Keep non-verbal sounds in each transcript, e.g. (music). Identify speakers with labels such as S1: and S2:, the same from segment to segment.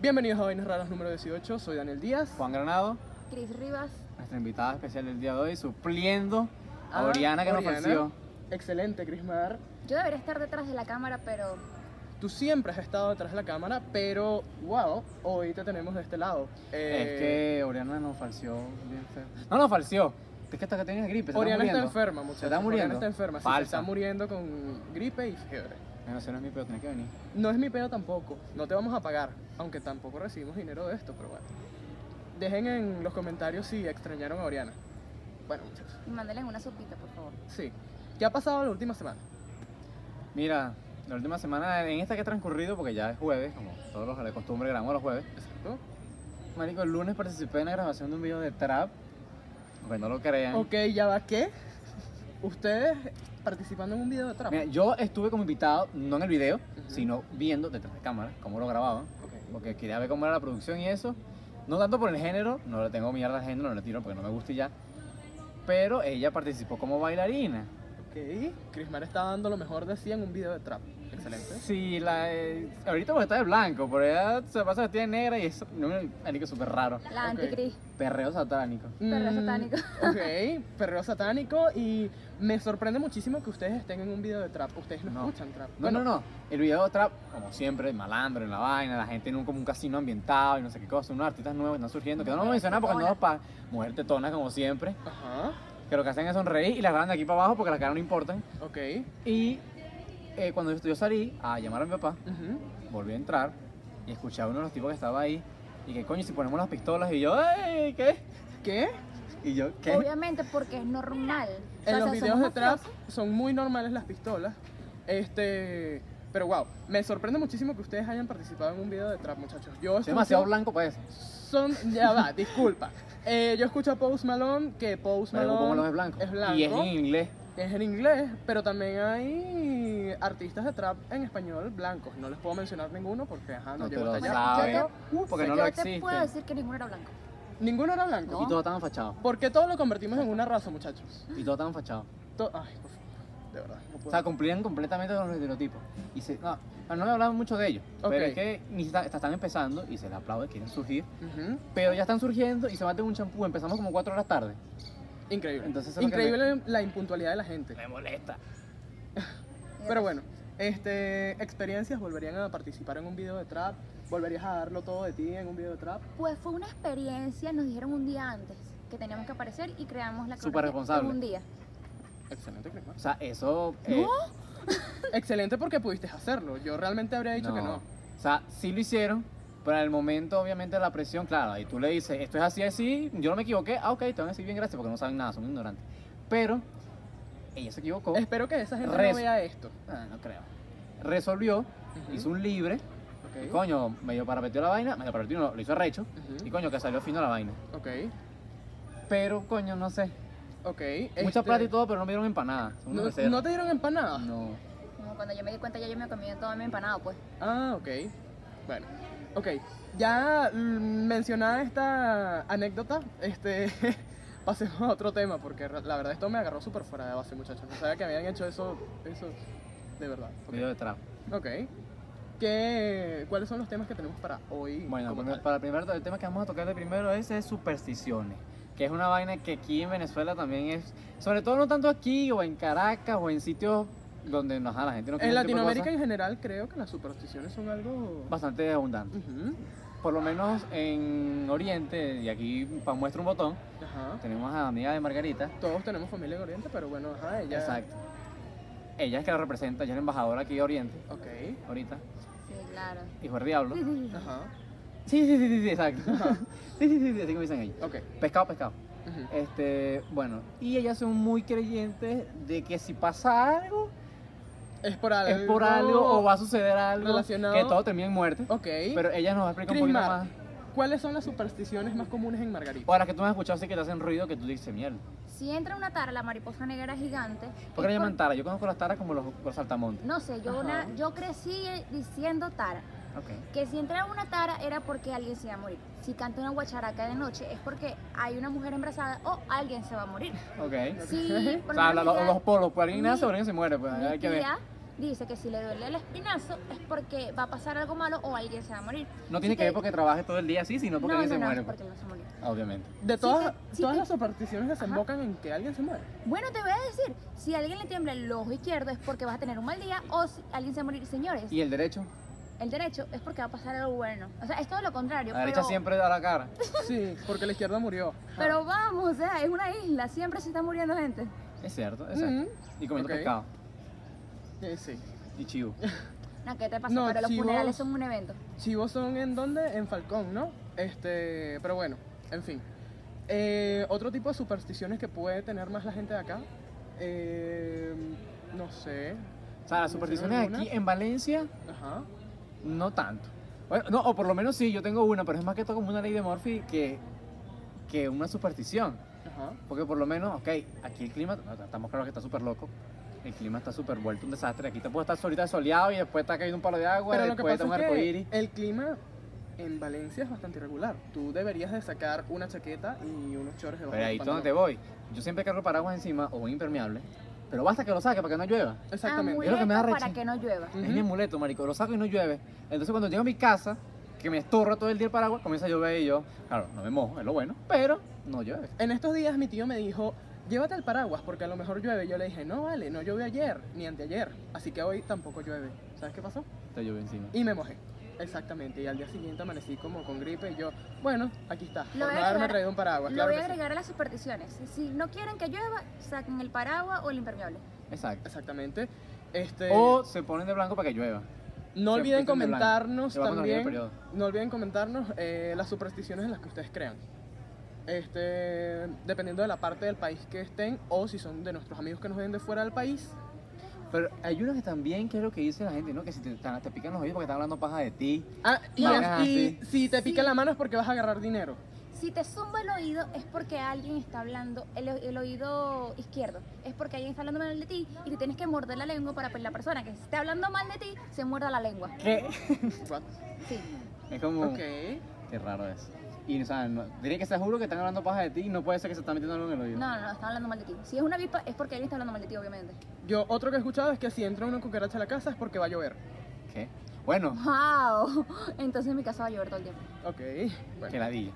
S1: Bienvenidos a Vainas Raras número 18, soy Daniel Díaz.
S2: Juan Granado,
S3: Cris Rivas.
S2: nuestra invitada especial del día de hoy, supliendo a
S1: Ah,
S2: Oriana que
S1: Oriana.
S2: nos ofreció.
S1: Excelente, Cris Mar.
S3: Yo debería estar detrás de la cámara, pero
S1: Tú siempre has estado detrás de la cámara, pero wow, hoy te tenemos de este lado.
S2: Es
S1: Eh,
S2: que Oriana nos falció. bien feo. No nos falció. Es que hasta que tienes gripe. Se
S1: Oriana
S2: está
S1: está
S2: muriendo.
S1: enferma, muchachos.
S2: está muriendo?
S1: Oriana está enferma, sí, se
S2: Falsa.
S1: está muriendo con gripe y fiebre.
S2: Bueno, ese no es mi peor, tiene que venir.
S1: No es mi pedo tampoco, no te vamos a pagar, aunque tampoco recibimos dinero de esto, pero bueno. Dejen en los comentarios si extrañaron a Oriana. Bueno, muchachos.
S3: mándales una sopita, por favor.
S1: Sí. ¿Qué ha pasado la última semana?
S2: Mira, la última semana, en esta que ha transcurrido, porque ya es jueves, como todos los de costumbre grabamos los jueves.
S1: Exacto.
S2: Marico, el lunes participé en la grabación de un video de trap. Aunque no lo crean.
S1: Ok, ya va, ¿qué? Ustedes participando en un video de trap.
S2: Mira, yo estuve como invitado, no en el video,
S1: Ujú.
S2: sino viendo detrás de cámara cómo lo grababan.
S1: Ok.
S2: porque quería ver cómo era la producción y eso. No tanto por el género, no le tengo mierda al género, no le tiro porque no me gusta y ya. Pero ella participó como bailarina.
S1: Ok, Crismar está dando lo mejor de sí en un video de trap. Excelente.
S2: Sí, la, eh, ahorita porque está de blanco, pero ella se pasa vestida de negra y eso, no, marico, súper raro.
S3: La
S1: Ok.
S3: anticris.
S2: Perreo satánico.
S3: Perreo satánico.
S1: Mm, Ok, perreo satánico. Y me sorprende muchísimo que ustedes estén en un video de trap. Ustedes no,
S2: No.
S1: escuchan trap.
S2: No, no, no. El video de trap, como siempre, malandro en la vaina, la gente en un, como un casino ambientado y no sé qué cosa, unos artistas nuevos que están surgiendo, que no vamos a mencionar porque no
S3: Tetona.
S2: nos pa... Mujer tetona, como siempre,
S1: Ajá,
S2: que lo que hacen es sonreír y las graban de aquí para abajo porque las caras no importan.
S1: ok.
S2: Y eh, cuando yo, yo salí a llamar a mi papá,
S1: ujú.
S2: volví a entrar y escuché a uno de los tipos que estaba ahí. Y que coño, si ponemos las pistolas. Y yo, ¡ay! ¿Qué?
S1: ¿Qué?
S2: Y yo, ¿qué?
S3: Obviamente, porque es normal. O sea,
S1: En los
S3: somos
S1: videos de trap
S3: mafiosos.
S1: son muy normales las pistolas. Este. Pero wow, me sorprende muchísimo que ustedes hayan participado en un video de trap, muchachos. Yo
S2: Soy demasiado
S1: escucho-
S2: blanco para eso.
S1: Son, ya va, (laughs) disculpa. Eh, yo escucho a Post Malone, que Post
S2: Pero como lo
S1: Malone
S2: es blanco.
S1: es blanco.
S2: Y es en inglés.
S1: es en inglés, pero también hay artistas de trap en español blancos. No les puedo mencionar ninguno porque, ajá, no,
S2: No te
S1: llego
S2: lo
S1: hasta allá.
S2: sabes.
S1: Pero, uh,
S2: Porque
S1: sé
S2: no
S1: que
S2: lo
S3: Yo te puedo
S2: existe.
S3: decir que ninguno era blanco.
S1: Ninguno era blanco.
S2: Y todos estaban fachados.
S1: ¿Por qué todo lo convertimos en una raza, muchachos?
S2: Y todos estaban fachados.
S1: To- Ay, por favor, de verdad. no
S2: O
S1: puedo.
S2: sea, cumplían completamente con los estereotipos. Y se, no, no me hablaban mucho de ellos.
S1: Ok.
S2: Pero es que ni está- están empezando y se les aplaude, quieren surgir.
S1: Ujú.
S2: Pero ya están surgiendo y se maten un champú. Empezamos como cuatro horas tarde.
S1: Increíble.
S2: Entonces, eso es lo que
S1: Increíble la impuntualidad de la gente.
S2: Me molesta.
S1: Pero bueno, este, experiencias, ¿volverían a participar en un video de trap? ¿Volverías a darlo todo de ti en un video de trap?
S3: Pues fue una experiencia, nos dijeron un día antes que teníamos que aparecer y creamos la
S2: Súper
S3: coreografía
S2: responsable.
S3: en un día.
S1: Excelente, Crismar.
S2: O sea, eso. eh,
S1: Excelente porque pudiste hacerlo. Yo realmente habría dicho que no.
S2: O sea, sí lo hicieron, pero en el momento, obviamente, la presión, claro, y tú le dices, esto es así, así, yo no me equivoqué, ah, ok, te van a decir bien, gracias, porque no saben nada, son ignorantes. Pero ella se equivocó,
S1: Espero que esa gente
S2: Res-
S1: no vea esto.
S2: ah, no creo, resolvió,
S1: Ujú.
S2: hizo un libre,
S1: Ok.
S2: y coño, medio parapetió la vaina, medio parapetió, no, lo hizo arrecho,
S1: Ujú.
S2: y coño, que salió fino la vaina.
S1: Ok.
S2: Pero, coño, no sé,
S1: Ok.
S2: mucha
S1: este,
S2: plata y todo, pero no me dieron empanada.
S1: ¿No, no te dieron empanadas?
S2: no.
S3: Como cuando yo me di cuenta, ya yo me comí todo mi empanado, pues.
S1: Ah, ok. Bueno. Ok. Ya mm, mencionada esta anécdota, este. (laughs) Pasemos a otro tema porque re- la verdad esto me agarró súper fuera de base, muchachos. No sabía que habían hecho eso. Eso. De verdad. Ok.
S2: video de trap.
S1: Ok. ¿Qué- ¿Cuáles son los temas que tenemos para hoy?
S2: Bueno,
S1: como
S2: primer-
S1: tal?
S2: para el primer el tema que vamos a tocar de primero es, es supersticiones, que es una vaina que aquí en Venezuela también es, sobre todo no tanto aquí o en Caracas o en sitios donde no, ajá, la gente no
S1: En
S2: ese tipo de
S1: Latinoamérica
S2: cosas,
S1: en general creo que las supersticiones son algo...
S2: bastante abundante.
S1: Ujú,
S2: Por lo menos en Oriente, y aquí para muestra un botón,
S1: Ajá.
S2: tenemos a la amiga de Margarita.
S1: Todos tenemos familia en Oriente, pero bueno, ajá, ella...
S2: Exacto. Ella es que la representa, ella es la embajadora aquí de Oriente,
S1: Ok.
S2: ahorita,
S3: Sí, claro.
S2: hijo del diablo.
S3: Sí, sí, sí.
S1: Ajá.
S2: Sí, sí, sí, sí, sí, exacto. (laughs) Sí, sí, sí, sí, así como dicen ellos.
S1: Ok.
S2: Pescado, pescado.
S1: ujú,
S2: Este, bueno, y ellas son muy creyentes de que si pasa algo,
S1: Es por algo...
S2: es por algo o va a suceder algo
S1: relacionado.
S2: que todo termine en muerte.
S1: Ok.
S2: Pero ellas nos explican un poquito
S1: Crismar,
S2: más.
S1: ¿cuáles son las supersticiones más comunes en Margarita?
S2: O a las que tú me has escuchado así que te hacen ruido que tú dices mierda.
S3: Si entra una tara, la mariposa negra gigante.
S2: ¿Por qué le
S3: es
S2: llaman tara? Yo conozco las taras como los, los saltamontes.
S3: No sé, yo,
S1: Ajá.
S3: una- yo crecí diciendo tara.
S2: Ok.
S3: Que si entraba una tara era porque alguien se iba a morir. Si canta una guacharaca de noche es porque hay una mujer embarazada o alguien se va a morir.
S2: Ok.
S3: Sí,
S2: (laughs) O sea, la- los, los polos, pues alguien nace o alguien se muere, pues hay
S3: mi
S2: que ver.
S3: tía dice que si le duele el espinazo es porque va a pasar algo malo o alguien se va a morir.
S2: No tiene
S3: Si
S2: que
S3: te-
S2: ver porque trabaje todo el día así, sino porque
S3: no,
S2: alguien se
S3: no, no,
S2: muere. pues.
S3: porque no se murió.
S2: Obviamente.
S1: De todas,
S3: sí,
S1: todas
S3: sí.
S1: las supersticiones
S3: Ajá.
S1: desembocan en que alguien se muere.
S3: Bueno, te voy a decir, si a alguien le tiembla el ojo izquierdo es porque vas a tener un mal día o si alguien se va a morir, señores.
S2: ¿Y el derecho?
S3: El derecho es porque va a pasar algo bueno. O sea, es todo lo contrario.
S2: La derecha
S3: pero,
S2: siempre da la cara.
S1: Sí, porque la izquierda murió. Ajá.
S3: pero vamos, o sea, es una isla, siempre se está muriendo gente.
S2: Es cierto, es cierto.
S1: Ujú.
S2: Y comiendo
S1: Ok.
S2: pescado.
S1: Eh, sí.
S2: Y chivo.
S3: No, ¿qué te pasa?
S1: No,
S3: pero los
S1: chivos.
S3: funerales son un evento.
S1: Chivos son en dónde? En Falcón, ¿no? Este, pero bueno, en fin. Eh, otro tipo de supersticiones que puede tener más la gente de acá. eh, no sé.
S2: O sea, las
S1: ¿No
S2: supersticiones
S1: alguna?
S2: aquí en Valencia,
S1: Ajá.
S2: no tanto. Bueno, no, o por lo menos sí, yo tengo una, pero es más que todo como una ley de Murphy que, que una superstición.
S1: Ajá.
S2: Porque por lo menos, ok, aquí el clima, no, estamos claros que está súper loco. El clima está súper vuelto un desastre. Aquí te puede estar ahorita soleado y después está cayendo un palo de agua,
S1: Pero lo que
S2: después
S1: pasa
S2: está
S1: es
S2: un
S1: que
S2: arcoíris.
S1: el clima en Valencia es bastante irregular. Tú deberías de sacar una chaqueta y unos chores debajo
S2: Pero ahí
S1: del
S2: es donde te
S1: pantalón.
S2: voy. Yo siempre cargo paraguas encima o un impermeable, pero basta que lo saque para que no llueva.
S1: Exactamente.
S2: Es lo que me da
S3: Amuleto para
S2: rechazo.
S3: que no llueva.
S1: Ujú.
S2: Es mi amuleto, marico. Lo saco y no llueve. Entonces cuando llego a mi casa, que me estorro todo el día el paraguas, comienza a llover y yo, claro, no me mojo, es lo bueno, pero no llueve.
S1: En estos días mi tío me dijo, llévate el paraguas porque a lo mejor llueve. Yo le dije, no vale, no llovió ayer ni anteayer, así que hoy tampoco llueve. ¿Sabes qué pasó?
S2: Te llueve encima.
S1: Y me mojé. Exactamente, y al día siguiente amanecí como con gripe y yo, bueno, aquí está, por no
S3: Lo voy a
S1: haberme
S3: agregar-
S1: traído un paraguas,
S3: Lo
S1: claro
S3: voy a
S1: que sí.
S3: agregar a las supersticiones. Si no quieren que llueva, saquen el paraguas o el impermeable.
S2: Exacto.
S1: Exactamente. Este,
S2: O se ponen de blanco para que llueva.
S1: no
S2: se
S1: olviden
S2: pintan de blanco.
S1: comentarnos
S2: Se va cuando termine el
S1: también,
S2: periodo.
S1: no olviden comentarnos eh, las supersticiones en las que ustedes crean. Este, dependiendo de la parte del país que estén o si son de nuestros amigos que nos ven de fuera del país.
S2: Pero hay unos que también, que es lo que dice la gente, ¿no? Que si te, te pican los oídos porque están hablando paja de ti.
S1: Ah, y,
S2: No.
S1: y
S2: Ajá, sí.
S1: si te pica
S3: Sí.
S1: la mano es porque vas a agarrar dinero.
S3: Si te zumba el oído es porque alguien está hablando, el, el oído izquierdo, es porque alguien está hablando mal de ti y te tienes que morder la lengua para que la persona que esté hablando mal de ti se muerda la lengua.
S2: ¿Qué?
S1: What?
S3: Sí.
S2: Es como,
S1: Ok.
S2: qué raro es. Y, o sea, no, diría que se juro que están hablando paja de ti y no puede ser que se están metiendo algo en el oído.
S3: No, no, no, está hablando mal de ti. Si es una avispa es porque alguien está hablando mal de ti, obviamente. (laughs)
S1: Yo otro que he escuchado es que si entra una cucaracha a la casa es porque va a llover.
S2: ¿Qué? Bueno,
S3: (laughs) ¡Wow! Entonces en mi casa va a llover todo el tiempo.
S1: Ok. Bueno.
S2: que ladilla.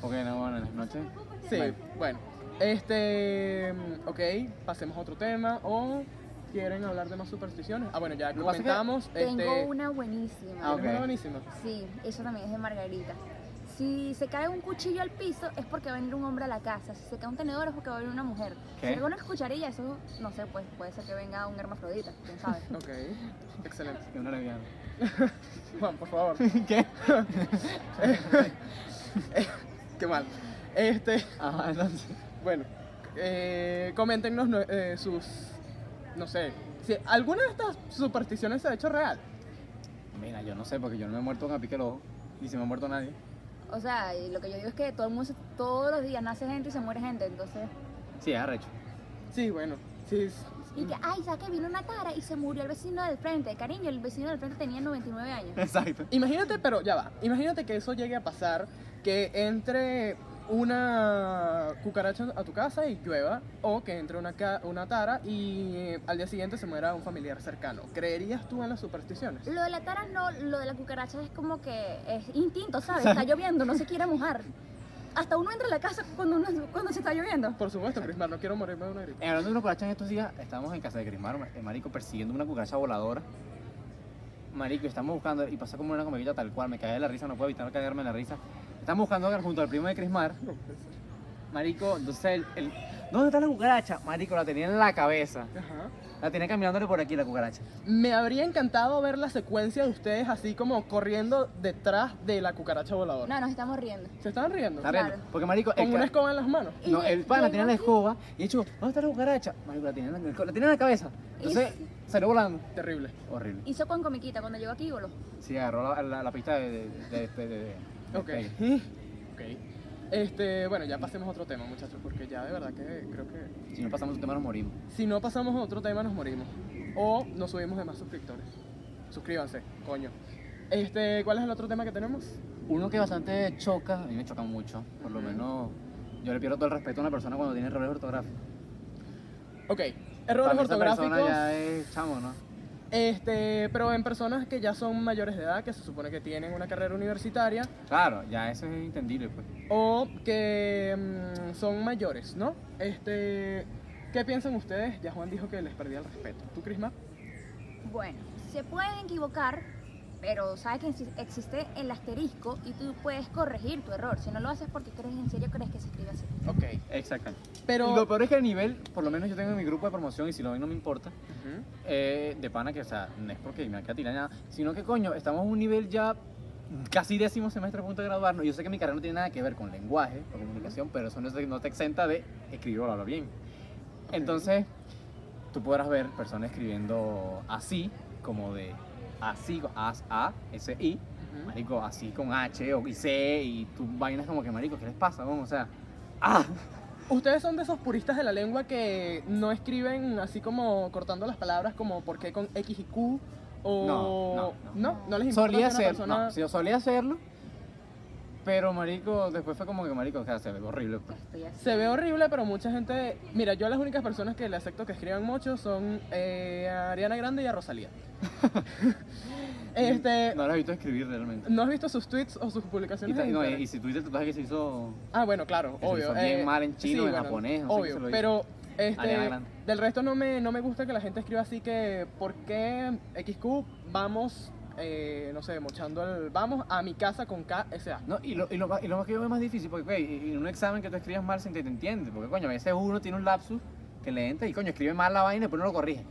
S2: Porque no, bueno, en las noches.
S1: Sí,
S2: Bueno.
S1: bueno. Este, mm, ok, pasemos a otro tema o quieren hablar de más supersticiones. Ah, bueno, ya
S2: Lo que pasa es que
S1: comentamos. este,
S3: Tengo una buenísima.
S2: Ah,
S1: ¿tienes una
S2: ok.
S1: buenísima?
S3: Sí, eso también es de Margarita. Si se cae un cuchillo al piso es porque va a venir un hombre a la casa. Si se cae un tenedor es porque va a venir una mujer.
S2: ¿Qué?
S3: Si cae una cucharilla, eso no sé, pues puede ser que venga un hermafrodita, quién sabe.
S1: Ok, excelente.
S2: Que una lesbiana.
S1: Juan, por
S2: (laughs)
S1: favor,
S2: ¿Qué?
S1: qué mal. Este,
S2: Ajá, entonces.
S1: (laughs) bueno, eh, coméntenos no- eh, sus, no sé, si alguna de estas supersticiones se ha hecho real.
S2: Mira, yo no sé, porque yo no me he muerto con pique el ojo. Ni se me ha muerto nadie.
S3: O sea, y lo que yo digo es que todo el mundo, se- todos los días nace gente y se muere gente, entonces...
S2: Sí, es arrecho. (laughs)
S1: Sí, bueno, sí. s-
S3: Y que, ay, ya que vino una tara y se murió el vecino del frente. Cariño, el vecino del frente tenía
S2: (laughs)
S3: 99 años.
S2: Exacto.
S1: Imagínate, pero ya va. Imagínate que eso llegue a pasar, que entre una cucaracha a tu casa y llueva, o que entre una, ca- una tara y eh, al día siguiente se muera un familiar cercano. ¿Creerías tú en las supersticiones?
S3: Lo de la tara no, lo de la cucaracha es como que es instinto, ¿sabes? Está lloviendo, no se quiere mojar. Hasta uno entra a la casa cuando, uno, cuando se está lloviendo.
S1: Por supuesto, Crismar, no quiero morirme de una gripe.
S2: Eh, Hablando de una cucaracha en estos días, estábamos en casa de Crismar, ma- el marico, persiguiendo una cucaracha voladora. Marico, estamos buscando, y pasa como una comidita tal cual, me cagué de la risa, no puedo evitar cagarme de la risa. Estamos buscando junto al primo de Crismar. Marico, entonces el, el- ¿Dónde está la cucaracha? Marico, la tenía en la cabeza.
S1: Ajá.
S2: La tenía caminándole por aquí la cucaracha.
S1: Me habría encantado ver la secuencia de ustedes así como corriendo detrás de la cucaracha voladora.
S3: No, nos estamos riendo.
S1: ¿Se estaban riendo?
S2: ¿Está riendo?
S3: Claro.
S2: Porque marico,
S1: Con
S2: el,
S1: una
S2: ca-
S1: escoba en las manos.
S3: esco-
S2: no,
S3: Y
S2: el pana
S3: llegó
S2: tenía la
S3: aquí.
S2: escoba y dicho, ¿dónde está la cucaracha? Marico, la tenía en la, la tenía en la cabeza. Entonces salió volando.
S1: Terrible.
S2: Horrible.
S3: Hizo con comiquita cuando llegó aquí, golo.
S2: Sí, agarró la, la- la pista de, de, de- de- de- de
S1: Ok.
S2: despegue.
S1: ok. Este, bueno, ya pasemos a otro tema, muchachos, porque ya de verdad que creo que
S2: Si no pasamos un tema nos morimos.
S1: Si no pasamos a otro tema, nos morimos. O nos subimos de más suscriptores. Suscríbanse, coño. Este, ¿cuál es el otro tema que tenemos?
S2: Uno que bastante choca, a mí me choca mucho, por lo
S1: Ujú.
S2: menos yo le pierdo todo el respeto a una persona cuando tiene errores ortográficos.
S1: Ok,
S2: Para
S1: errores
S2: mí esa persona
S1: ortográficos.
S2: ya es chamo, ¿no?
S1: Este, pero en personas que ya son mayores de edad, que se supone que tienen una carrera universitaria,
S2: Claro, ya eso es entendible, pues.
S1: o que mm, son mayores, ¿no? Este, ¿Qué piensan ustedes? Ya Juan dijo que les perdía el respeto. ¿Tú, Crisma?
S3: Bueno, se pueden equivocar, pero sabes que exi- existe el asterisco y tú puedes corregir tu error. Si no lo haces porque crees en serio, crees que se escribe así.
S1: Ok.
S2: Exactamente.
S1: Pero...
S2: Lo peor es que el nivel, por lo menos yo tengo en mi grupo de promoción y si lo ven no me importa,
S1: Ujú.
S2: eh, de pana que, o sea, no es porque me acá nada, sino que coño, estamos a un nivel ya casi décimo semestre a punto de graduarnos. Yo sé que mi carrera no tiene nada que ver con lenguaje o comunicación, pero eso no te, no te exenta de escribir o hablar bien. Entonces, tú podrás ver personas escribiendo así, como de así, as, a, s, i,
S1: Ujú.
S2: Marico, así con H o y C y tú vainas como que, marico, ¿qué les pasa? Vamos, o sea, ¡ah!
S1: Ustedes son de esos puristas de la lengua que no escriben así como cortando las palabras como por qué con X y Q o
S2: No, no,
S1: no, no les importa
S2: Solía
S1: si una
S2: hacerlo,
S1: persona-
S2: no, sí, yo solía hacerlo, pero marico, después fue como que, marico, o sea, se ve horrible. pues.
S3: Estoy así.
S1: Se ve horrible, pero mucha gente, mira, yo las únicas personas que le acepto que escriban mucho son eh, a Ariana Grande y a
S2: (laughs)
S1: Rosalía. este,
S2: No lo he visto escribir realmente.
S1: ¿no has visto sus tweets o sus
S2: Y,
S1: publicaciones?
S2: ta-
S1: en
S2: no, y,
S1: Instagram?
S2: y si tú dices tatuaje que se hizo...
S1: Ah, bueno, claro,
S2: Que se
S1: obvio. eh,
S2: hizo bien mal en chino, en japonés, no sé
S1: obvio,
S2: quién se lo hizo.
S1: pero
S2: Ariana
S1: este,
S2: Grande.
S1: del resto no me, no me gusta que la gente escriba así que ¿por qué XQ vamos, eh, no sé, mochando el vamos a mi casa con KSA?
S2: No, y lo, y, lo, más- y lo más que yo veo más difícil, porque güey, y- y en un examen que tú escribas mal se te, te entiende, porque coño, a veces uno tiene un lapsus que le entra y coño, escribe mal la vaina y después no lo corrige.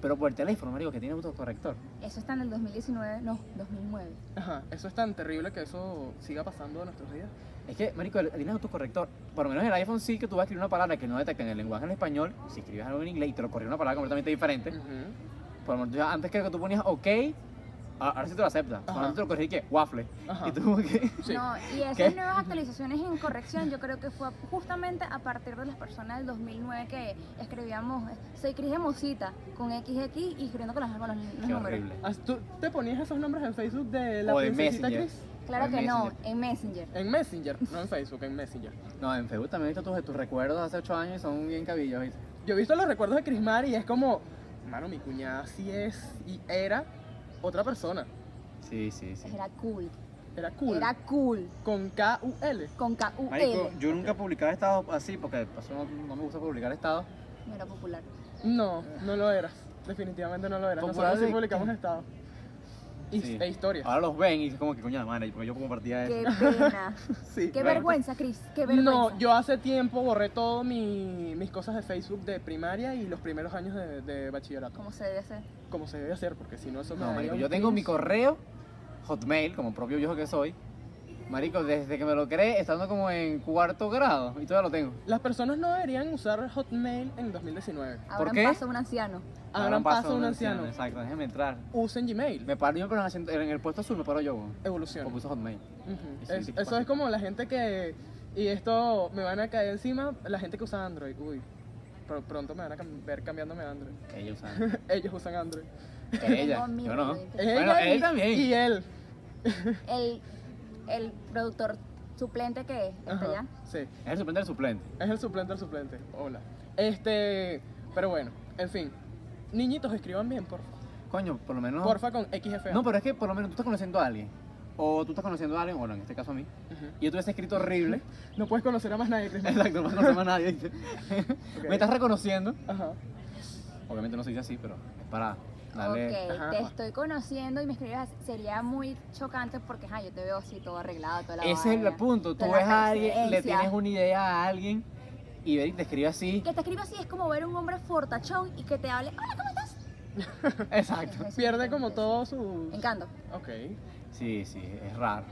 S2: Pero por el teléfono, marico, que tiene autocorrector.
S3: Eso está en el 2019, no, 2009.
S1: Ajá, eso es tan terrible que eso siga pasando en nuestros días.
S2: Es que, marico, el- tiene autocorrector. Por lo menos en el iPhone sí que tú vas a escribir una palabra que no detecta en el lenguaje en español. Si escribes algo en inglés y te lo corrige una palabra completamente diferente.
S1: Ujú,
S2: Por lo menos ya antes creo que tú ponías OK, a- ahora sí te lo acepta.
S1: Ajá.
S2: Ahora te lo corrige que waffle.
S1: Ajá.
S2: Y tú como que...
S1: Sí.
S3: No, y esas
S2: ¿Qué?
S3: nuevas actualizaciones en corrección, yo creo que fue justamente a partir de las personas del 2009 que escribíamos, eh, soy Cris de Mosita, con XX y escribiendo con los, con los- los
S2: Qué
S3: números.
S2: horrible.
S1: Ah, ¿Tú te ponías esos nombres en Facebook de la
S2: O de
S1: princesita
S2: Messenger.
S1: Chris?
S3: Claro
S2: En
S3: que no,
S2: Messenger.
S3: en Messenger.
S1: En Messenger, no en Facebook, en Messenger.
S2: No, en Facebook también he visto tus, tus recuerdos de hace 8 años y son bien cabillos, ¿viste?
S1: Yo he visto los recuerdos de Crismar y es como, mano, mi cuñada sí es y era otra persona.
S2: Sí, sí, sí.
S3: Era cool.
S1: Era cool.
S3: Era cool.
S1: Con K-U-L.
S3: Con KUL.
S2: Marico, yo nunca publicaba estados así porque de paso no, no me gusta publicar estados.
S3: No era popular.
S1: No, no lo eras. Definitivamente no lo eras.
S2: Popular
S1: Nosotros sí
S2: de-
S1: publicamos estado. Y,
S2: Sí. Ah,
S1: E historias.
S2: Ahora los ven y es como que coño la madre, porque yo compartía eso.
S3: Qué pena.
S1: Sí.
S3: Qué
S2: Bueno.
S3: vergüenza, Cris. Qué vergüenza.
S1: No, yo hace tiempo borré todo mi- mis cosas de Facebook de primaria y los primeros años de, de bachillerato.
S3: ¿Cómo se debe hacer?
S1: Como se debe hacer, porque si no eso me
S2: No,
S1: daría
S2: marico,
S1: un
S2: yo tengo mi
S1: cringe.
S2: correo, Hotmail, como propio viejo que soy. Marico, desde que me lo creé, estando como en cuarto grado, y todavía lo tengo.
S1: Las personas no deberían usar Hotmail en 2019.
S3: Ahora
S2: qué?
S3: pasa un anciano.
S1: Hagan
S2: paso
S1: paso a un anciano.
S2: Exacto, déjeme entrar.
S1: Usen Gmail.
S2: Me paro yo, pero en el asiento- en el puesto azul me paro yo, weón.
S1: Evoluciona.
S2: Porque uso Hotmail.
S1: Ujú.
S2: Y sí,
S1: Es-
S2: sí,
S1: eso
S2: pasa.
S1: es como la gente que. Y esto me van a caer encima. La gente que usa Android. Uy. Pro- pronto me van a cam- ver cambiándome a Android. (laughs)
S2: Que ella usa.
S1: Ellos usan Android.
S2: Que ella.
S3: Tengo miedo,
S2: Yo no.
S3: yo tengo-
S2: Bueno,
S1: Ella
S2: él
S1: y-
S2: también.
S1: Y él.
S3: El, el productor suplente que es, este,
S1: Ajá,
S3: está allá.
S1: Sí.
S2: Es el suplente del suplente.
S1: Es el suplente del suplente. Hola. Este. Pero bueno, en fin. Niñitos, escriban bien, porfa.
S2: Coño, por lo menos.
S1: Porfa con XFA.
S2: No, pero es que por lo menos tú estás conociendo a alguien. O tú estás conociendo a alguien, bueno, en este caso a mí.
S1: Ujú.
S2: Y yo tuviese escrito horrible. (laughs)
S1: No puedes conocer a más nadie, Crismar.
S2: Exacto, no conocer a nadie. ¿viste?
S1: Ok.
S2: Me estás reconociendo.
S1: Ajá.
S2: Obviamente no se dice así, pero es para darle.
S3: Ok,
S1: Ajá.
S3: te estoy conociendo y me escribes así. Sería muy chocante porque ajá, yo te veo así todo arreglado, toda la
S2: Ese es
S3: vaina.
S2: el punto. Tú
S3: de la
S2: ves a alguien, le
S3: presencia.
S2: tienes una idea a alguien y ve y te escribe
S3: (laughs)
S2: así.
S3: Que te escriba así es como ver un hombre fortachón y que te hable, hola, ¿cómo estás?
S2: Exacto.
S3: Eso
S1: Pierde
S3: es
S1: como
S3: interesante.
S1: todo su.
S3: Me encanta.
S1: Ok.
S2: Sí, sí, es raro.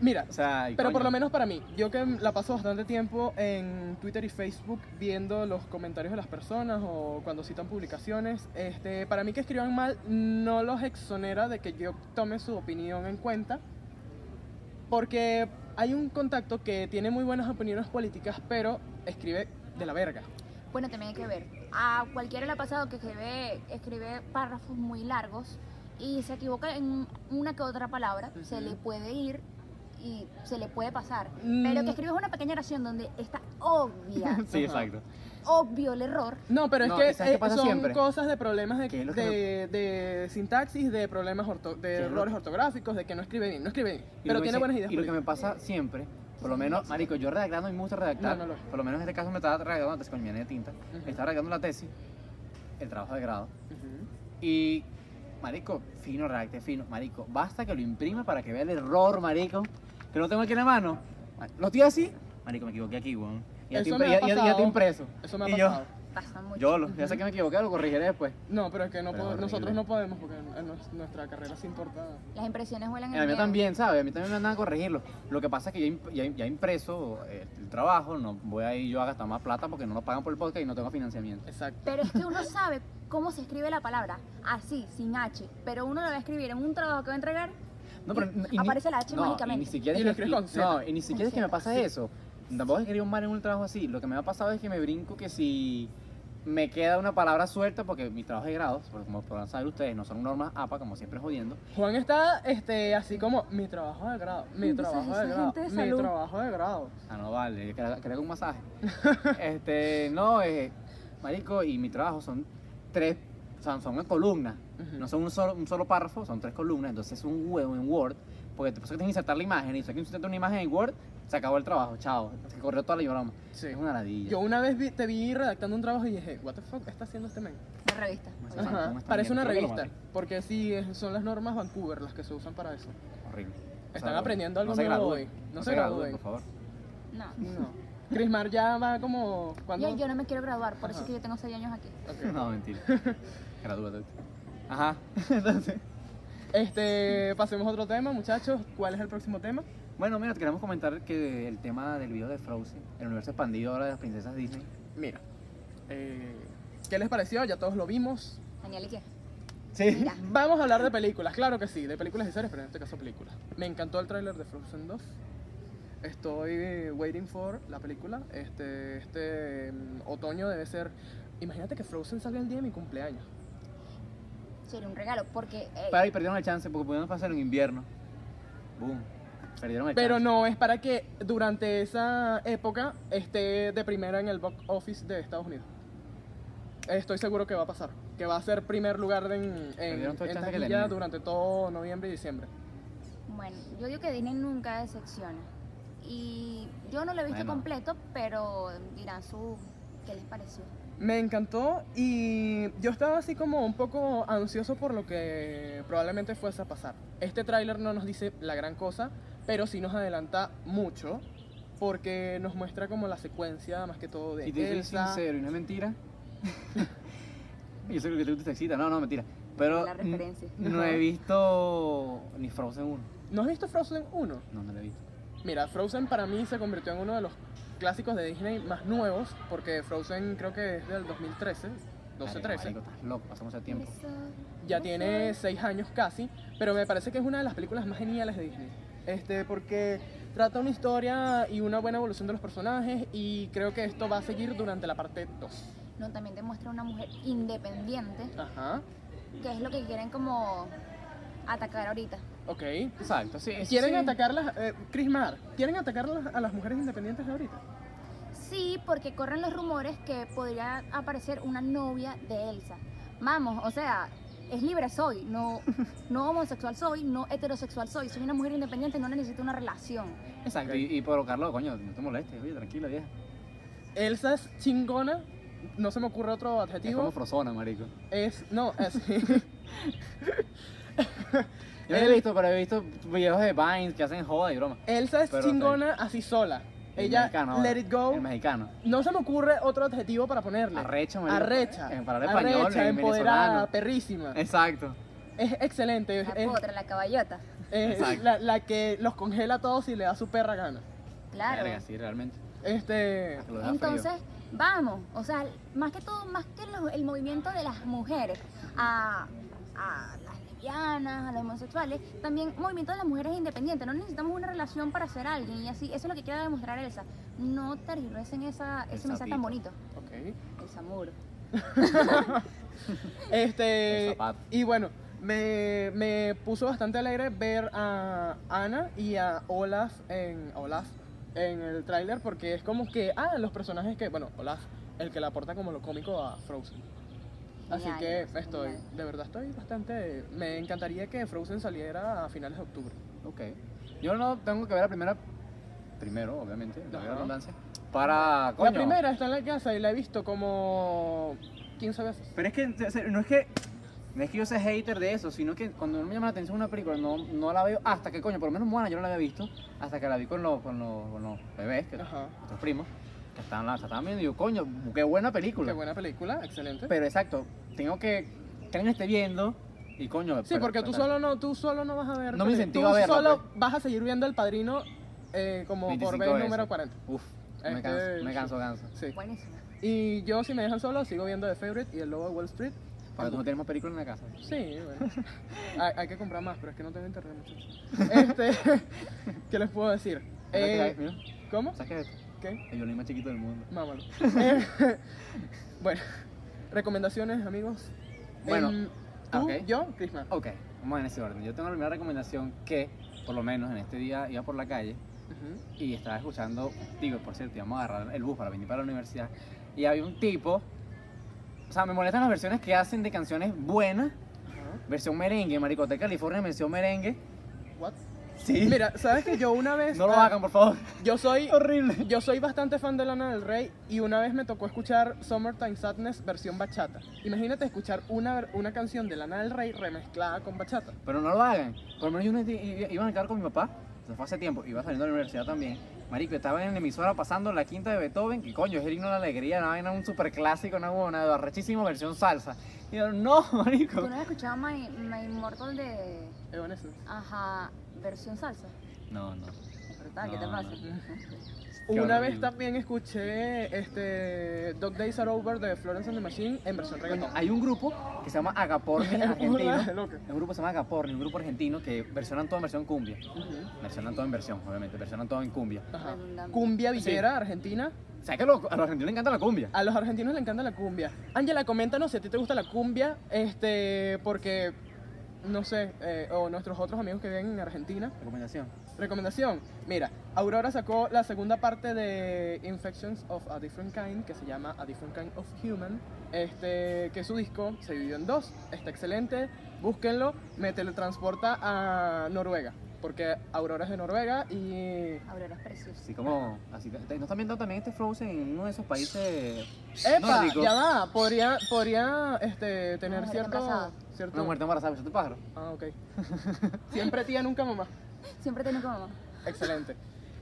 S1: Mira,
S2: O sea, y
S1: Pero por
S2: coño,
S1: lo menos para mí, yo que la paso bastante tiempo en Twitter y Facebook viendo los comentarios de las personas o cuando citan publicaciones, este, para mí que escriban mal no los exonera de que yo tome su opinión en cuenta, porque hay un contacto que tiene muy buenas opiniones políticas, pero escribe de la verga.
S3: Bueno, también hay que ver. A cualquiera le ha pasado que escribe, escribe párrafos muy largos y se equivoca en una que otra palabra, se le
S1: Ujú.
S3: puede ir y se le puede pasar.
S1: Mm.
S3: Pero que escribes una pequeña oración donde está obvia.
S2: (laughs) Sí,
S1: Ajá.
S2: exacto.
S3: obvio el error.
S1: No, pero es
S2: No,
S1: que
S2: ¿y sabes qué
S1: eh,
S2: pasa
S1: son
S2: siempre?
S1: cosas de problemas de,
S2: Que es lo que
S1: de, de sintaxis, de problemas orto- de
S2: es lo-
S1: errores ortográficos, de que no escribe bien, no escribe bien.
S2: Y
S1: Pero
S2: lo que
S1: tiene
S2: se-
S1: buenas ideas.
S2: Y lo que me
S1: políticas.
S2: pasa siempre, por lo menos, marico, yo redactando, a mí me gusta redactar.
S1: No, no lo es.
S2: Por lo menos en este caso me estaba redactando la tesis con mi de tinta.
S1: Ujú.
S2: Estaba redactando la tesis, el trabajo de grado.
S1: Ujú.
S2: Y, marico, fino, redacté fino. Marico, basta que lo imprima para que vea el error, marico. Que no tengo aquí en la mano. Mar- Lo estoy así. Marico, me equivoqué aquí, weón. Y Ya, te,
S1: Eso
S2: impre-
S1: me ha
S2: ya- ya- ya te
S1: pasado.
S2: impreso.
S1: Eso me ha
S2: Y yo-
S1: pasado.
S3: Pasa mucho.
S2: Yo, lo- ya sé que me equivoqué, lo corrigiré después.
S1: No, pero es que no
S2: Pero
S1: pod-
S2: horrible.
S1: nosotros no podemos porque en- en nues- nuestra carrera es importa.
S3: Las impresiones vuelan
S2: A
S3: el
S2: mí
S3: miedo.
S2: también, ¿sabes? A mí también me andan a corregirlo. Lo que pasa es que ya, imp- ya, ya impreso eh, el trabajo, no voy a ir yo a gastar más plata porque no nos pagan por el podcast y no tengo financiamiento.
S1: Exacto.
S3: Pero es
S2: (laughs)
S3: que uno sabe cómo se escribe la palabra, así, sin H, pero uno lo va a escribir en un trabajo que va a entregar.
S2: No, pero,
S3: Y aparece la H
S2: no,
S3: mágicamente.
S2: Y ni siquiera
S1: Y
S2: es
S1: lo
S2: que,
S1: escribes con
S2: y-
S1: Z.
S2: no, y ni siquiera es que me
S3: Z,
S2: pasa
S3: sí.
S2: eso. Tampoco es que escribí un mal en un trabajo así. Lo que me ha pasado es que me brinco que si me queda una palabra suelta, porque mis trabajos de grados, porque como podrán saber ustedes, no son normas APA, como siempre jodiendo.
S1: Juan está este, así como mi trabajo de grado, mi
S3: Esa-
S1: trabajo
S3: esa
S1: de grado,
S3: gente de
S1: mi
S3: salud.
S1: trabajo de grado.
S2: Ah, no, vale, yo quería quería
S1: (laughs)
S2: un masaje. este, no, eh, Marico y mi trabajo son tres, o sea, son en columnas.
S1: Ujú.
S2: No son un solo, un solo párrafo, son tres columnas, entonces es un huevo en Word, porque te pasa que tienes que insertar la imagen, y si que insertar una imagen en Word, se acabó el trabajo, chao, se corrió toda la llorama.
S1: Sí.
S2: Es una ladilla.
S1: Yo una vez vi- te vi redactando un trabajo y dije, what the fuck está haciendo este men?
S3: La revista.
S2: Ajá.
S3: obviamente.
S1: Ajá,
S2: ¿cómo están
S1: parece
S2: viendo?
S1: una
S4: Creo que lo
S1: revista, porque sí, es- son las normas Vancouver las que se usan para eso.
S2: Horrible.
S1: Están
S2: no-
S1: aprendiendo algo
S2: se
S1: nuevo
S2: gradúen.
S1: hoy. No se gradúen.
S2: por favor.
S3: No.
S1: No. (laughs) Crismar ya va como... ¿cuándo?
S3: Yo, yo no me quiero graduar, por eso
S1: Ajá.
S3: es que yo tengo 6 años aquí.
S1: Ok.
S2: (laughs) No,
S1: (laughs)
S2: mentira. Gradúate. Ajá. (laughs) Entonces,
S1: Este, pasemos a otro tema, muchachos. ¿Cuál es el próximo tema?
S2: bueno, mira, te queremos comentar que el tema del video de Frozen, el universo expandido ahora de las princesas Disney,
S1: Mira, eh, ¿qué les pareció? Ya todos lo vimos.
S3: Daniel, ¿y qué?
S2: Sí.
S3: Ya.
S1: Vamos a hablar de películas, claro que sí, de películas y series, pero en este caso películas. Me encantó el tráiler de Frozen 2. Estoy eh, waiting for la película. Este, este mm, otoño debe ser. Imagínate que Frozen salga el día de mi cumpleaños.
S3: Sería un regalo, porque. eh,
S2: Pero ahí perdieron el chance porque pudieron pasar en invierno. Boom. Perdieron el
S1: Pero
S2: chance.
S1: no es para que durante esa época esté de primera en el box office de Estados Unidos. Estoy seguro que va a pasar. Que va a ser primer lugar en, en,
S2: dieron todo el
S1: en
S2: chance que le
S1: taquilla
S2: dieron.
S1: durante todo noviembre y diciembre.
S3: Bueno, yo digo que Disney nunca decepciona. Y yo no lo he visto
S2: Bueno.
S3: completo, pero dirán su. ¿Qué les pareció?
S1: Me encantó y yo estaba así como un poco ansioso por lo que probablemente fuese a pasar. Este tráiler no nos dice la gran cosa, pero sí nos adelanta mucho porque nos muestra como la secuencia más que todo de
S2: Si te soy
S1: Elsa.
S2: sincero y no es mentira. (laughs) yo sé que te gusta y te excita. No, no, mentira. Pero
S3: La referencia.
S2: n- no he visto ni Frozen 1.
S1: ¿No has visto Frozen 1?
S2: No, no lo he visto.
S1: Mira, Frozen para mí se convirtió en uno de los clásicos de Disney más nuevos porque Frozen creo que es del 2013, 12,
S2: Marico,
S1: 13.
S2: marico, estás loco, pasó mucho tiempo.
S1: ya tiene seis años casi, pero me parece que es una de las películas más geniales de Disney. Este, porque trata una historia y una buena evolución de los personajes y creo que esto va a seguir durante la parte 2.
S3: No, también demuestra una mujer independiente,
S1: Ajá,
S3: que es lo que quieren como atacar ahorita.
S1: ok.
S2: Exacto, sí. eso
S1: ¿Quieren
S2: sí.
S1: atacarlas, eh, Chris Mar, ¿quieren atacar a las- a las mujeres independientes de ahorita?
S3: Sí, porque corren los rumores que podría aparecer una novia de Elsa. Vamos, o sea, es libre
S1: (laughs)
S3: soy, no, no homosexual soy, no heterosexual soy, soy una mujer independiente, no necesito una relación.
S2: Exacto, y, y provocarlo, coño, no te molestes, oye, tranquila, vieja.
S1: Elsa es chingona, no se me ocurre otro
S2: Es como
S1: adjetivo.
S2: Frozona, marico.
S1: Es, no, es...
S2: (laughs) Yo no lo he visto, pero he visto videos de Vines que hacen joda y broma.
S1: Elsa es
S2: Pero,
S1: chingona así sola.
S2: El
S1: Ella,
S2: mexicano,
S1: let
S2: ahora,
S1: it go,
S2: El mexicano.
S1: No se me ocurre otro adjetivo para ponerle.
S2: Arrecha, marico.
S1: Arrecha.
S2: En palabra española,
S1: arrecha,
S2: en
S1: empoderada,
S2: venezolano.
S1: perrísima. Es,
S2: Exacto.
S1: excelente. Es,
S3: La
S1: es-
S3: potra, la caballota.
S1: es
S2: Exacto.
S1: la, la que los congela a todos y le da su perra gana.
S3: Claro.
S2: Verga, sí, realmente.
S1: Este.
S2: Que lo deja frío.
S3: Entonces, vamos, o sea, más que todo, más que lo- el movimiento de las mujeres a, a las lesbianas, a los homosexuales, también movimiento de las mujeres independientes. No necesitamos una relación para ser alguien y así, eso es lo que quiere demostrar Elsa. No tergiversen esa,
S2: El
S3: ese mensaje tan
S2: sapito.
S3: bonito.
S1: Ok.
S3: El samuro.
S2: El
S1: Este.
S2: zapato.
S1: Y bueno, me, me puso bastante alegre ver a Ana y a Olaf en. a Olaf en el tráiler porque es como que. Ah, los personajes que. Bueno, Olaf el que le aporta como lo cómico a Frozen. Así
S3: Genial,
S1: que
S3: genial.
S1: estoy, de verdad estoy bastante... Me encantaría que Frozen saliera a finales de octubre.
S2: Ok. Yo no tengo que ver la primera. Primero, obviamente. La
S1: Ajá.
S2: redundancia. Para. Coño.
S1: La primera está en la casa y la he visto como 15 veces.
S2: Pero es que o sea, no es que. No es que yo sea hater de eso, sino que cuando no me llama la atención una película, no, no la veo hasta que, coño, por lo menos Moana yo no la había visto, hasta que la vi con los, con los, con los bebés, que,
S1: Ajá.
S2: nuestros primos, que estaban, la, estaban viendo, y yo, coño, qué buena película.
S1: Qué buena película, excelente.
S2: Pero exacto, tengo que que alguien esté viendo y coño.
S1: Sí,
S2: pero-
S1: porque tú
S2: pero-
S1: solo no, tú solo no vas a ver.
S2: No me
S1: peli-
S2: incentiva
S1: tú
S2: a verla,
S1: Solo vas a seguir viendo El Padrino eh, como por
S2: 25
S1: vez
S2: veces.
S1: número 40.
S2: Uf,
S1: Este,
S2: me canso, me
S1: sí.
S2: canso, canso.
S1: Sí.
S3: Buenísimo.
S1: Y yo si me dejan solo sigo viendo The Favorite y El Lobo de Wall Street.
S2: Porque tú no tienes más películas en la casa.
S1: Sí, bueno.
S2: (laughs)
S1: hay, hay que comprar más, pero es que no tengo internet, muchachos. Este, (laughs) ¿qué les puedo
S2: (laughs)
S1: decir? Eh,
S2: ¿Sabes qué? Mira,
S1: ¿Cómo?
S2: ¿Sabes qué es esto?
S1: ¿Qué?
S2: El violín más chiquito del mundo.
S1: Mámalo.
S2: (laughs)
S1: Eh, (laughs) bueno, recomendaciones, amigos.
S2: Bueno, Ah,
S1: Em, tú,
S2: ok.
S1: yo, Crisma.
S2: Ok, vamos en ese orden. Yo tengo la primera recomendación que, por lo menos en este día, iba por la calle
S1: Ujú.
S2: y estaba escuchando, digo, por cierto, íbamos a agarrar el bus para venir para la universidad y había un tipo. O sea, me molestan las versiones que hacen de canciones buenas,
S1: Ajá.
S2: versión merengue, Maricote California, versión merengue.
S1: What?
S2: Sí.
S1: Mira, sabes que yo una vez.
S2: (laughs) no lo
S1: ah,
S2: hagan, por favor.
S1: Yo soy
S2: Horrible.
S1: Yo soy bastante fan de Lana del Rey y una vez me tocó escuchar Summertime Sadness versión bachata. Imagínate escuchar una, ver- una canción de Lana del Rey remezclada con bachata.
S2: Pero no lo hagan. Por lo menos yo una- i- i- iba en el carro con mi papá, se fue hace tiempo, iba saliendo de la universidad también. Marico, estaba en la emisora pasando la quinta de Beethoven, que coño, es el himno de la alegría, una vaina, un super clásico, una buena, arrechísima versión salsa. Y yo, no, (laughs)
S3: ¿Tú
S2: marico.
S3: no has escuchado My, My Immortal de.
S1: Evanescence.
S3: Ajá, versión salsa?
S2: No, no.
S3: Brutal, ¿qué te
S2: No,
S3: pasa?
S1: Una vez
S2: horrible.
S1: también escuché este Dog Days Are Over de Florence and the Machine en versión reggaetón.
S2: hay un grupo que se llama
S1: (laughs)
S2: Agaporni argentino.
S1: Burda de loco.
S2: Un grupo que se llama Agaporni, un grupo argentino que versionan todo en versión cumbia.
S1: Ujú.
S2: Versionan todo en versión, obviamente, versionan todo en cumbia.
S1: Ajá.
S3: Redundante.
S1: Cumbia villera argentina.
S2: ¿Sabes que a los, a los argentinos les encanta la cumbia?
S1: A los argentinos les encanta la cumbia. Ángela, coméntanos si a ti te gusta la cumbia, este, porque no sé, eh, o nuestros otros amigos que viven en Argentina.
S2: Recomendación.
S1: Recomendación. Mira, Aurora sacó la segunda parte de Infections of a Different Kind, que se llama A Different Kind of Human, este, que su disco se dividió en dos. Está excelente, búsquenlo, me teletransporta a Noruega, porque Aurora es de Noruega y...
S3: Aurora es preciosa.
S2: Así como, así, ¿no están viendo también este Frozen en uno de esos países
S1: ¡Epa!
S2: nórdicos?
S1: Ya va, podría, podría este, tener
S3: mujer
S1: cierto...
S3: embarazada.
S1: cierto...
S2: Una muerte em- embarazada, ¿viste el pájaro?
S1: Ah, ok. (laughs) Siempre tía, nunca mamá.
S3: Siempre tenés como mamá.
S1: Excelente.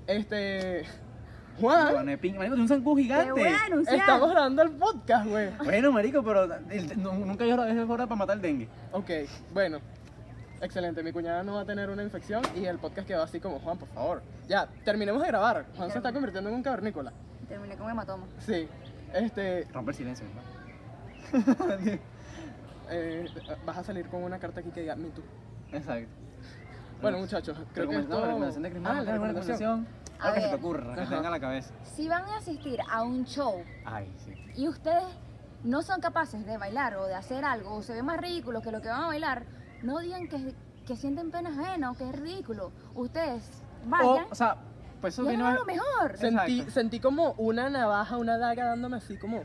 S1: Este... Juan,
S2: Con el pin- marico, tiene un zancudo
S3: ¡Te voy
S2: gigante.
S3: a anunciar!
S1: estamos grabando el podcast, güey.
S2: Bueno, marico, pero el- no- nunca yo la dejé fuera para matar el dengue.
S1: Ok, bueno. Excelente, mi cuñada no va a tener una infección y el podcast quedó así como, Juan, por favor. Ya, terminemos de grabar. Juan se está convirtiendo en un cavernícola.
S3: Terminé con hematoma.
S1: Sí. Este,
S2: Rompe el silencio, ¿no?
S1: eh, vas a salir con una carta aquí que diga Me Too.
S2: Exacto.
S1: Bueno, muchachos, creo que
S2: Recomend- no,
S1: esto...
S2: recomendación de Crismar,
S1: Ah,
S2: ¿tienes alguna recomendación?
S3: A
S2: Algo que se
S3: ver.
S2: te ocurra, que te
S1: Ajá.
S2: venga a la cabeza.
S3: Si van a asistir a un show
S2: Ay, sí.
S3: y ustedes no son capaces de bailar o de hacer algo o se ven más ridículos que lo que van a bailar, no digan que, que sienten pena ajena o que es ridículo. Ustedes vayan
S2: O, o sea, pues eso
S3: y hagan
S2: vino
S3: algo mejor.
S1: Sentí,
S2: Exacto.
S1: sentí como una navaja, una daga dándome así como...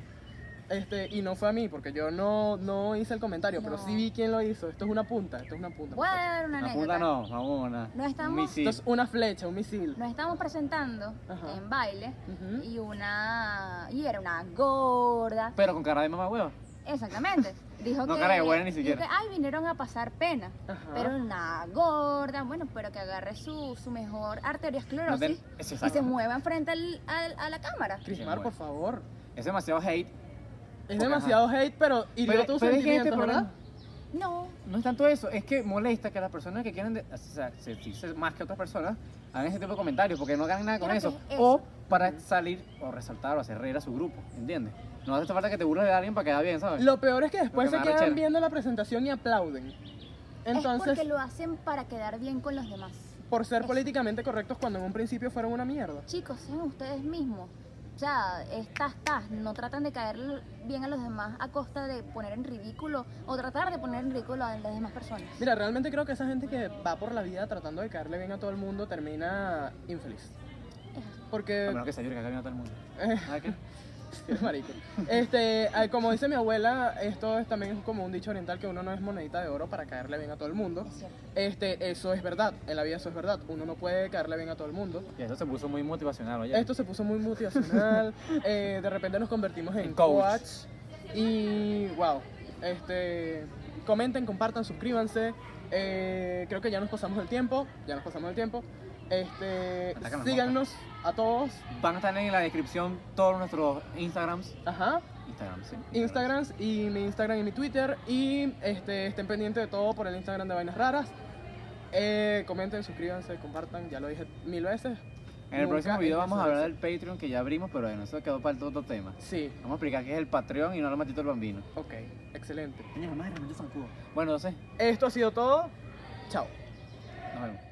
S1: Este, y no fue a mí, porque yo no, no hice el comentario, pero
S3: No.
S1: sí vi quién lo hizo. Esto es una punta, esto es una punta.
S3: Voy a
S1: muchachos.
S3: dar una
S2: La
S3: anécdota.
S2: punta no, mamona.
S3: No estamos-
S2: Un misil.
S1: Esto es una flecha, un misil.
S3: Nos estamos presentando
S1: Ajá.
S3: en baile
S2: ¿Mm?
S1: Ujú.
S3: y una y era una gorda
S2: Pero con cara de mamá hueva. (laughs)
S3: Exactamente. Dijo
S2: No,
S3: que,
S2: cara de buena ni
S3: dijo
S2: siquiera.
S3: que, ay, vinieron a pasar pena.
S1: Ajá.
S2: Ah.
S3: Pero una gorda, bueno, pero que agarre su, su mejor
S2: No te-
S3: arteriosclerosis
S2: es
S3: y se
S2: exacto.
S3: mueva frente al, al- a la cámara.
S1: Crismar, por favor.
S2: Es demasiado hate.
S1: Es
S2: Porque,
S1: demasiado hate, pero hirió
S2: Pero-
S1: tus
S2: pero es que
S1: sentimientos,
S2: este
S1: ¿verdad?
S3: No,
S2: No es tanto eso, es que molesta que las personas que quieren, de- o sea, se dice más que otras personas, hagan ese tipo de comentarios porque no ganan nada con
S3: Creo
S2: eso.
S3: que es eso.
S2: O para salir o resaltar o hacer reír a su grupo, ¿entiendes? No hace falta que te burles de alguien para quedar bien, ¿sabes?
S1: Lo peor es que después
S2: Lo que
S1: se
S2: me
S1: quedan
S2: arrechera.
S1: viendo la presentación y aplauden.
S3: es
S1: Entonces,
S3: porque lo hacen para quedar bien con los demás.
S1: por ser
S3: es-
S1: políticamente correctos cuando en un principio fueron una mierda.
S3: Chicos, sean ustedes mismos. O sea, estas, tas, no tratan de caer bien a los demás a costa de poner en ridículo o tratar de poner en ridículo a las demás personas.
S1: Mira, realmente creo que esa gente que va por la vida tratando de caerle bien a todo el mundo termina infeliz.
S3: Es así.
S2: A
S1: Porque
S2: Ah, menos que se ayude que haga bien a todo el mundo.
S1: eh,
S2: ¿Sabes qué?
S1: (laughs) Eres marico. Este, ah, como dice mi abuela, esto es también es como un dicho oriental que uno no es monedita de oro para caerle bien a todo el mundo.
S3: Es cierto.
S1: Este, eso es verdad. En la vida eso es verdad. Uno no puede caerle bien a todo el mundo.
S2: Y eso se puso muy motivacional, oye.
S1: Esto se puso muy
S2: (laughs)
S1: motivacional. eh, de repente nos convertimos en
S2: En coach.
S1: coach. Y wow. Este, comenten, compartan, suscríbanse. Eh, creo que ya nos pasamos el tiempo. Ya nos pasamos el tiempo. Este,
S2: Ataca la
S1: síganos a todos.
S2: Van a estar en la descripción todos nuestros Instagrams.
S1: Ajá.
S2: Instagram, sí.
S1: Instagrams y mi Instagram y mi Twitter. Y este, estén pendientes de todo por el Instagram de Vainas Raras. Eh, comenten, suscríbanse, compartan, ya lo dije mil veces.
S2: En el
S1: Nunca
S2: próximo video
S1: es
S2: vamos a hablar
S1: necesario.
S2: del Patreon que ya abrimos, pero bueno, eso quedó para el otro tema.
S1: Sí,
S2: Vamos a explicar qué es el Patreon y no lo matito el bambino.
S1: ok, excelente.
S2: Bueno, entonces,
S1: Esto ha sido todo. Chao.
S2: nos vemos.